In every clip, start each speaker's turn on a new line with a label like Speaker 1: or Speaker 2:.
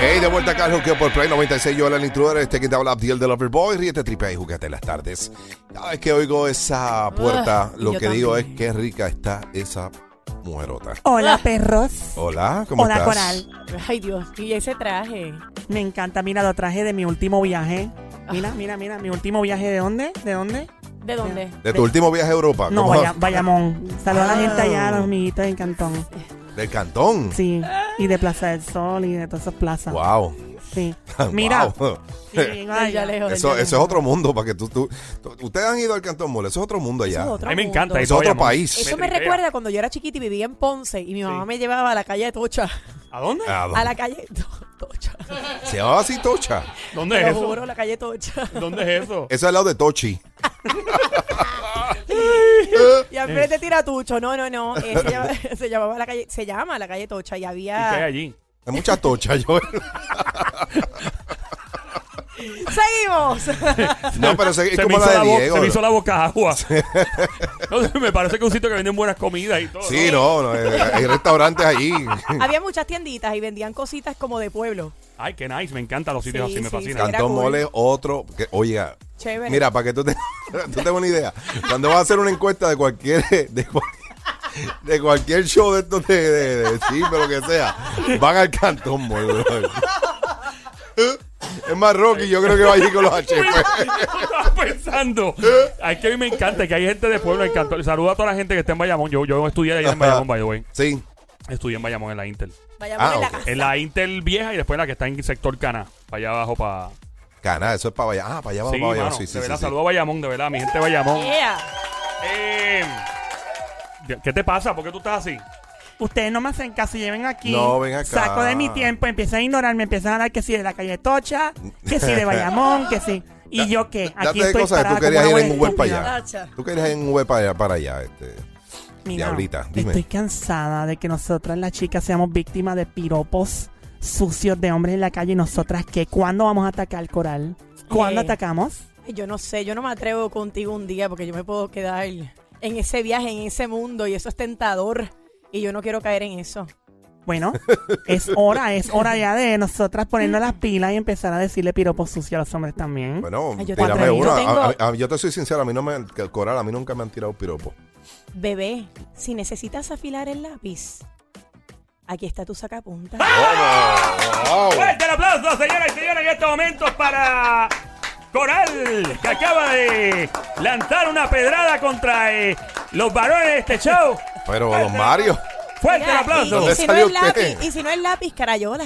Speaker 1: Hey, de vuelta acá al por Play 96. Yo, el intruder, este que te habla Abdiel de Loverboy. Ríete, tripea y júgate en las tardes. Cada vez que oigo esa puerta,
Speaker 2: Ugh,
Speaker 1: lo
Speaker 2: Ah, yo
Speaker 1: que digo es
Speaker 2: también.
Speaker 1: qué rica está esa mujerota.
Speaker 3: Hola, perros.
Speaker 1: Hola, ¿cómo
Speaker 3: Hola,
Speaker 1: estás?
Speaker 3: Coral.
Speaker 2: Ay, Dios, y ese traje.
Speaker 3: Me encanta. Mira, lo traje de mi último viaje.
Speaker 1: Ah.
Speaker 3: Mira, mira, mira. ¿Mi último viaje de dónde? ¿De dónde?
Speaker 2: ¿De dónde?
Speaker 1: De tu último viaje a Europa.
Speaker 3: No,
Speaker 1: ¿cómo?
Speaker 3: vaya, Bayamón. Saluda a
Speaker 1: Ah.
Speaker 3: la gente allá, a los amiguitos en Cantón.
Speaker 1: Del cantón.
Speaker 3: Sí. Y de Plaza del Sol y de todas esas plazas.
Speaker 1: Wow.
Speaker 3: Sí. Mira.
Speaker 1: Wow.
Speaker 3: Sí, vengo de
Speaker 2: Del
Speaker 3: allá.
Speaker 2: Yalejo, del
Speaker 1: Eso,
Speaker 2: Yalejo.
Speaker 1: eso es otro mundo para que tú, tú, tú- Ustedes han ido al Cantón Mole, eso es otro mundo allá.
Speaker 2: Eso es otro
Speaker 4: A mí me
Speaker 2: mundo.
Speaker 4: encanta.
Speaker 1: Es otro
Speaker 4: Bayamón.
Speaker 1: país.
Speaker 2: Eso me
Speaker 4: tripea.
Speaker 2: recuerda cuando yo era chiquita y vivía en Ponce y mi mamá
Speaker 4: Sí.
Speaker 2: me llevaba a la calle de Tocha.
Speaker 4: ¿A dónde?
Speaker 1: Ah,
Speaker 2: A la calle To- Tocha.
Speaker 1: Se llamaba así Tocha.
Speaker 4: ¿Dónde
Speaker 2: Te
Speaker 4: es
Speaker 2: lo
Speaker 4: eso?
Speaker 2: juro, la calle Tocha.
Speaker 4: ¿Dónde es eso?
Speaker 1: Eso es al lado de Tochi.
Speaker 2: Y al frente tira Tucho. No, no, no. eh, se, llama- se llamaba la calle, se llama la calle Tocha y
Speaker 4: ¿Y qué hay
Speaker 2: había.
Speaker 4: allí?
Speaker 1: Hay mucha Tocha, yo.
Speaker 2: Seguimos.
Speaker 1: No, pero se- es
Speaker 4: Se me,
Speaker 1: como
Speaker 4: hizo
Speaker 1: la de
Speaker 4: la bo-
Speaker 1: Diego.
Speaker 4: se me hizo la boca agua. No sé, me parece que es un sitio que venden buenas comidas y todo.
Speaker 1: Sí, no, no, eh, hay restaurantes allí.
Speaker 2: había muchas tienditas y vendían cositas como de pueblo.
Speaker 4: Ay, qué nice. Me encantan los sitios
Speaker 2: Sí,
Speaker 4: así, me
Speaker 2: sí,
Speaker 4: fascina.
Speaker 2: sí. Era
Speaker 1: Cantón
Speaker 2: cool.
Speaker 1: Mole, otro. que- oiga,
Speaker 2: Chévere.
Speaker 1: mira, para que tú te, tú tengas una idea. Cuando vas a hacer una encuesta de cualquier. De cual- de cualquier show de estos de, de, de chisme, lo que sea, van al Cantón Mole. bro. Es más, Rocky, yo creo que va allí con los HP.
Speaker 4: Yo estaba pensando. Ay, que a mí me encanta que hay gente de pueblo en Cantón. Saludo a toda la gente que está en Bayamón. Yo, yo estudié allá en Bayamón, by the way.
Speaker 1: Sí.
Speaker 4: Estudié en Bayamón en la Intel.
Speaker 2: Vayamos
Speaker 1: Ah,
Speaker 2: en la
Speaker 1: ok.
Speaker 2: casa.
Speaker 4: En la Intel vieja y después en la que está en sector Cana. Para allá abajo, para.
Speaker 1: Cana, eso es para allá. Ah, para allá,
Speaker 4: Sí,
Speaker 1: para allá.
Speaker 4: mano,
Speaker 1: Sí, sí,
Speaker 4: de
Speaker 1: sí,
Speaker 4: verdad,
Speaker 1: sí.
Speaker 4: saludo a Bayamón, de verdad, mi gente de Bayamón.
Speaker 2: Yeah.
Speaker 4: Eh, ¿Qué te pasa? ¿Por qué tú estás así?
Speaker 3: Ustedes no me hacen caso, lleven aquí.
Speaker 1: No, ven acá.
Speaker 3: Saco de mi tiempo, empiezan a ignorarme, empiezan a hablar que sí de la calle Tocha, que sí de Bayamón, que sí. ¿Y yo qué?
Speaker 1: Date
Speaker 3: Aquí
Speaker 1: de
Speaker 3: estoy
Speaker 1: cosas que tú
Speaker 3: parada
Speaker 1: querías
Speaker 3: como
Speaker 1: ir
Speaker 3: una
Speaker 1: en Uber para
Speaker 3: estúpida.
Speaker 1: allá.
Speaker 2: Tacha.
Speaker 1: Tú querías ir en Uber para allá, para allá este.
Speaker 3: Mira,
Speaker 1: Diablita, dime.
Speaker 3: Estoy cansada de que nosotras las chicas seamos víctimas de piropos sucios de hombres en la calle. ¿Y nosotras qué? ¿Cuándo vamos a atacar el coral? ¿Cuándo
Speaker 2: Eh.
Speaker 3: atacamos?
Speaker 2: Ay, Yo no sé, yo no me atrevo contigo un día porque yo me puedo quedar en ese viaje, en ese mundo y eso es tentador y yo no quiero caer en eso.
Speaker 3: Bueno, es hora, es hora ya de nosotras ponernos las pilas y empezar a decirle piropos sucios a los hombres también.
Speaker 1: Bueno,
Speaker 2: ¿Mm? Ay, yo
Speaker 1: tírame
Speaker 2: también.
Speaker 1: uno.
Speaker 2: Yo tengo-
Speaker 1: A- a- a- yo te soy sincero, a mí no me. que- Coral, a mí nunca me han tirado piropo.
Speaker 2: Bebé, si necesitas afilar el lápiz, aquí está tu sacapunta.
Speaker 1: ¡Ah! ¡Wow!
Speaker 4: Fuerte el aplauso, señoras y señores, en estos momentos para Coral, que acaba de lanzar una pedrada contra eh, los varones de este show.
Speaker 1: Pero don Mario.
Speaker 4: Fuerte el
Speaker 2: Mira,
Speaker 4: aplauso.
Speaker 2: Y, y
Speaker 1: ¿Dónde
Speaker 2: si no
Speaker 1: salió
Speaker 2: es lápiz,
Speaker 1: usted?
Speaker 2: y si no es lápiz, carayola.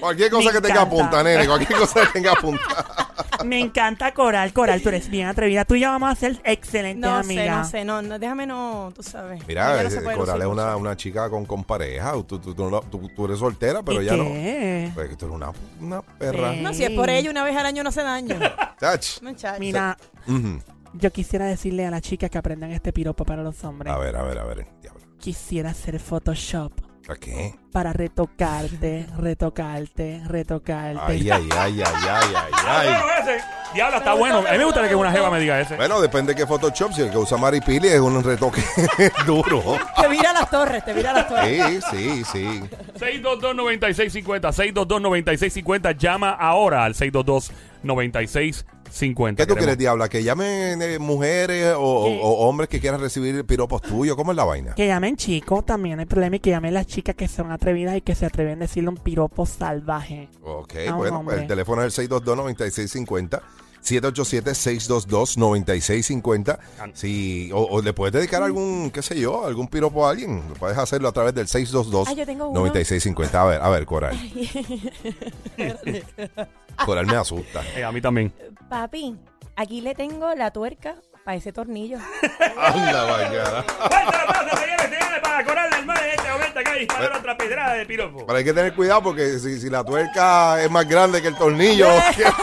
Speaker 1: Cualquier cosa
Speaker 3: Me
Speaker 1: que tenga
Speaker 3: encanta.
Speaker 1: punta, nene. Cualquier cosa que tenga punta.
Speaker 3: Me encanta Coral, Coral, tú eres bien atrevida. Tú y yo vamos a ser excelentes
Speaker 2: No sé,
Speaker 3: amigas.
Speaker 2: no sé, no, no, déjame no, tú sabes.
Speaker 1: Mira,
Speaker 2: Ella no se
Speaker 1: eh,
Speaker 2: puede
Speaker 1: Coral es
Speaker 2: lucir
Speaker 1: una,
Speaker 2: mucho.
Speaker 1: una chica con, con pareja. Tú, tú, tú no- tú- tú eres soltera, pero
Speaker 3: ¿Y
Speaker 1: ya
Speaker 3: qué?
Speaker 1: no. Pues que tú eres una, una perra.
Speaker 3: Sí.
Speaker 2: No, si es por ello, una vez al año no hace daño.
Speaker 1: Chach.
Speaker 2: Muchacho.
Speaker 3: Mira,
Speaker 1: Ujú.
Speaker 3: yo quisiera decirle a las chicas que aprendan este piropo para los hombres.
Speaker 1: A ver, a ver, a ver. Diablo.
Speaker 3: Quisiera hacer Photoshop
Speaker 1: ¿Para qué?
Speaker 3: para retocarte, retocarte, retocarte.
Speaker 1: Ay, ay, ay, ay, ay, ay,
Speaker 4: Está
Speaker 1: ay.
Speaker 4: bueno ese. Diablo, está bueno. A mí me gustaría que una jeva me diga ese.
Speaker 1: Bueno, depende de qué Photoshop. Si el que usa Mari Pili es un retoque duro.
Speaker 2: Te mira las torres, te mira las torres.
Speaker 1: Sí, sí, sí.
Speaker 4: 622-9650, 622-9650, llama ahora al 622-9650.
Speaker 1: ¿Qué tú quieres,
Speaker 4: Queremos-
Speaker 1: Diabla? ¿Que llamen eh, mujeres o, o-
Speaker 3: Sí.
Speaker 1: o hombres que quieran recibir piropos tuyos? ¿Cómo es la vaina?
Speaker 3: Que llamen chicos, también el problema es que llamen las chicas que son atrevidas y que se atreven a decirle un piropo salvaje.
Speaker 1: Ok,
Speaker 3: A
Speaker 1: bueno,
Speaker 3: un
Speaker 1: pues
Speaker 3: hombre.
Speaker 1: el teléfono es el 622-9650. 787-622-9650. Si, o, o le puedes dedicar algún, qué sé yo, algún piropo a alguien. Puedes hacerlo a través del
Speaker 2: Ah, yo tengo uno.
Speaker 1: 622-9650. A ver, a ver, Coral. Coral me asusta.
Speaker 4: Eh, a mí también.
Speaker 2: Papi, aquí le tengo la tuerca para ese tornillo.
Speaker 1: Anda, vaya.
Speaker 4: Fuerte el aplauso, señores y señores, para Coral del Mar en este momento acá disparar otra pedrada de piropo.
Speaker 1: Pero hay que tener cuidado porque si, si la tuerca es más grande que el tornillo, queda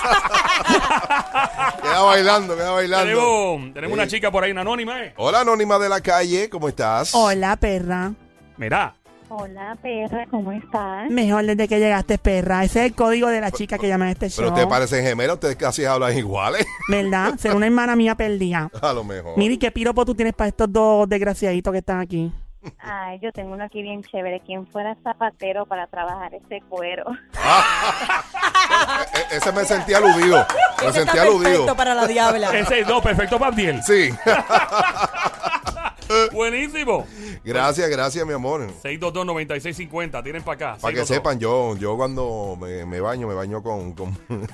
Speaker 1: bailando, queda bailando.
Speaker 4: Tenemos, tenemos una chica por ahí, una anónima, eh.
Speaker 1: Hola, Anónima de la calle, ¿cómo estás?
Speaker 3: Hola, perra.
Speaker 4: Mirá.
Speaker 5: Hola, perra, ¿cómo estás?
Speaker 3: Mejor desde que llegaste, perra. Ese es el código de las chicas que llaman a este
Speaker 1: Pero
Speaker 3: show.
Speaker 1: ustedes parecen gemelos, ustedes casi hablan iguales.
Speaker 3: ¿Verdad? Ser una hermana mía perdida.
Speaker 1: A lo mejor.
Speaker 3: Miri, ¿qué piropo tú tienes para estos dos desgraciaditos que están aquí?
Speaker 5: Ay, yo tengo uno aquí bien chévere. ¿Quién fuera zapatero para trabajar ese cuero?
Speaker 1: E- ese me sentí aludido. Me
Speaker 2: Ese está
Speaker 1: sentí
Speaker 2: perfecto
Speaker 1: aludido.
Speaker 2: para la diabla.
Speaker 4: Ese es no, perfecto para Abdiel.
Speaker 1: Sí.
Speaker 4: Buenísimo.
Speaker 1: Gracias, gracias, mi amor.
Speaker 4: 622-9650, tienen para acá.
Speaker 1: Para que
Speaker 4: 622.
Speaker 1: sepan, yo, yo cuando me, me baño, me baño con con,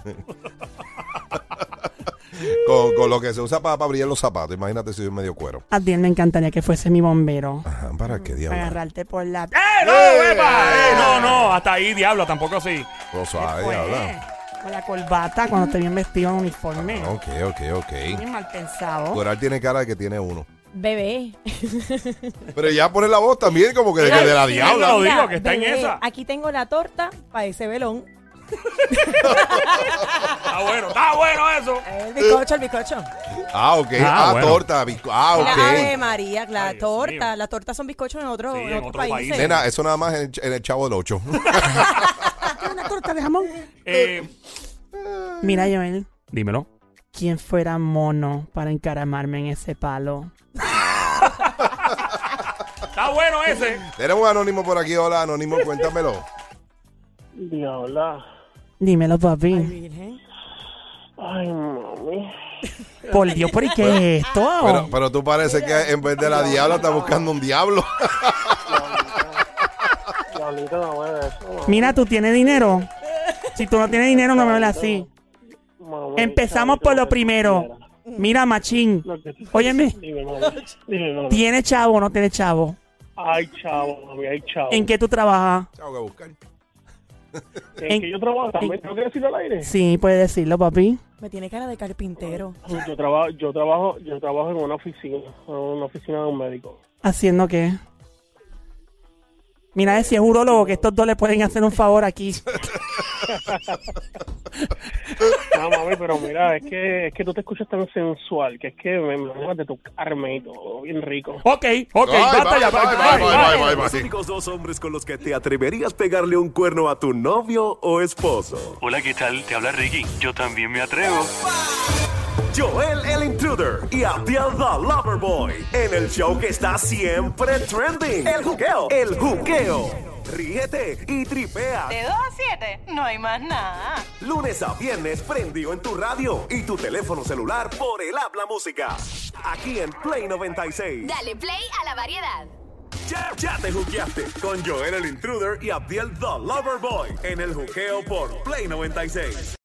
Speaker 1: con- con lo que se usa para abrir los zapatos. Imagínate si soy medio cuero.
Speaker 3: Abdiel, me encantaría que fuese mi bombero.
Speaker 1: Ajá, ¿Para qué
Speaker 3: Para
Speaker 1: diablo?
Speaker 3: agarrarte por la...
Speaker 4: ¡Eh, no,
Speaker 1: ¡Eh!
Speaker 4: epa! ¡Eh, no, no! Hasta ahí, diablo, tampoco así.
Speaker 1: Lo sabe,
Speaker 3: Pues,
Speaker 1: habla.
Speaker 3: Con la corbata cuando te bien vestido en uniforme.
Speaker 1: Ah, Ok, ok, ok.
Speaker 3: Bien mal pensado.
Speaker 1: Coral tiene cara de que tiene uno.
Speaker 2: Bebé.
Speaker 1: Pero ya pone la voz también como que de, que de la diabla.
Speaker 4: Lo
Speaker 2: Mira,
Speaker 4: digo, que está en
Speaker 2: bebé,
Speaker 4: esa.
Speaker 2: Aquí tengo la torta para ese velón.
Speaker 4: Está bueno, está bueno eso.
Speaker 2: El bizcocho, el bizcocho.
Speaker 1: Eh. Ah, ok.
Speaker 4: Ah,
Speaker 1: Ah,
Speaker 4: bueno.
Speaker 1: torta. bico- Ah,
Speaker 2: La Ave
Speaker 1: ok.
Speaker 2: María, la
Speaker 4: Ay, Dios
Speaker 2: torta.
Speaker 4: mío.
Speaker 2: Las tortas son bizcochos en otros
Speaker 4: Sí, en
Speaker 2: en ¿eh? otros
Speaker 4: otros
Speaker 2: países.
Speaker 4: países.
Speaker 1: Nena, eso nada más en el, ch- en el chavo del 8.
Speaker 3: una torta de jamón?
Speaker 4: Eh,
Speaker 3: Mira, Joel,
Speaker 4: Dímelo.
Speaker 3: ¿quién fuera mono para encaramarme en ese palo?
Speaker 4: Está bueno ese.
Speaker 1: Tenemos un anónimo por aquí. Hola, anónimo, cuéntamelo.
Speaker 6: Diabla.
Speaker 3: Dímelo, papi.
Speaker 2: Ay, virgen.
Speaker 6: Ay, mami.
Speaker 3: Por Dios, ¿por qué es esto?
Speaker 1: Pero, pero tú parece que en vez de la diabla está buscando un diablo.
Speaker 6: Diablita, no me hagas eso.
Speaker 3: Mira, tú tienes dinero. Si tú no tienes dinero, no me hables así.
Speaker 6: Mami,
Speaker 3: Empezamos
Speaker 6: Diablita,
Speaker 3: por
Speaker 6: no
Speaker 3: lo
Speaker 6: te
Speaker 3: primero.
Speaker 6: quiera.
Speaker 3: Mira, machín.
Speaker 6: Lo que-
Speaker 3: Óyeme.
Speaker 6: Dime, mami. Dime, mami.
Speaker 3: ¿Tiene chavo o no tiene chavo?
Speaker 6: Ay, chavo, mami, ay, chavo.
Speaker 3: ¿En qué tú trabajas?
Speaker 1: Chavo que buscar.
Speaker 6: ¿En qué yo trabajo? ¿También tengo que decirlo al aire?
Speaker 3: Sí, puedes decirlo, papi.
Speaker 2: Me tiene cara de carpintero.
Speaker 6: Yo trabajo, yo trabajo, yo trabajo en una oficina, en una oficina de un médico.
Speaker 3: ¿Haciendo qué? Mira, si es urologo, que estos dos le pueden hacer un favor aquí.
Speaker 6: No, mami, pero mira, es que, es que tú te escuchas tan sensual, que es que me me dan ganas de tocarme y todo, bien rico.
Speaker 4: Ok, ok,
Speaker 1: Ay,
Speaker 4: basta
Speaker 1: bye,
Speaker 4: ya.
Speaker 1: bye, bye,
Speaker 4: bye, bye,
Speaker 1: bye,
Speaker 4: bye.
Speaker 1: bye, bye, bye.
Speaker 7: Los únicos dos hombres con los que te atreverías pegarle un cuerno a tu novio o esposo.
Speaker 8: Hola, ¿qué tal? Te habla Ricky. Yo también me atrevo.
Speaker 7: Joel el Intruder y Abdiel the Loverboy. En el show que está siempre trending. El juqueo. El juqueo. Ríete y tripea.
Speaker 9: De 2 a 7, no hay más nada.
Speaker 7: Lunes a viernes prendido en tu radio y tu teléfono celular por el habla música. Aquí en Play 96.
Speaker 10: Dale play a la variedad.
Speaker 7: Ya, ya te juqueaste con Joel el Intruder y Abdiel the Loverboy. En el juqueo por Play 96.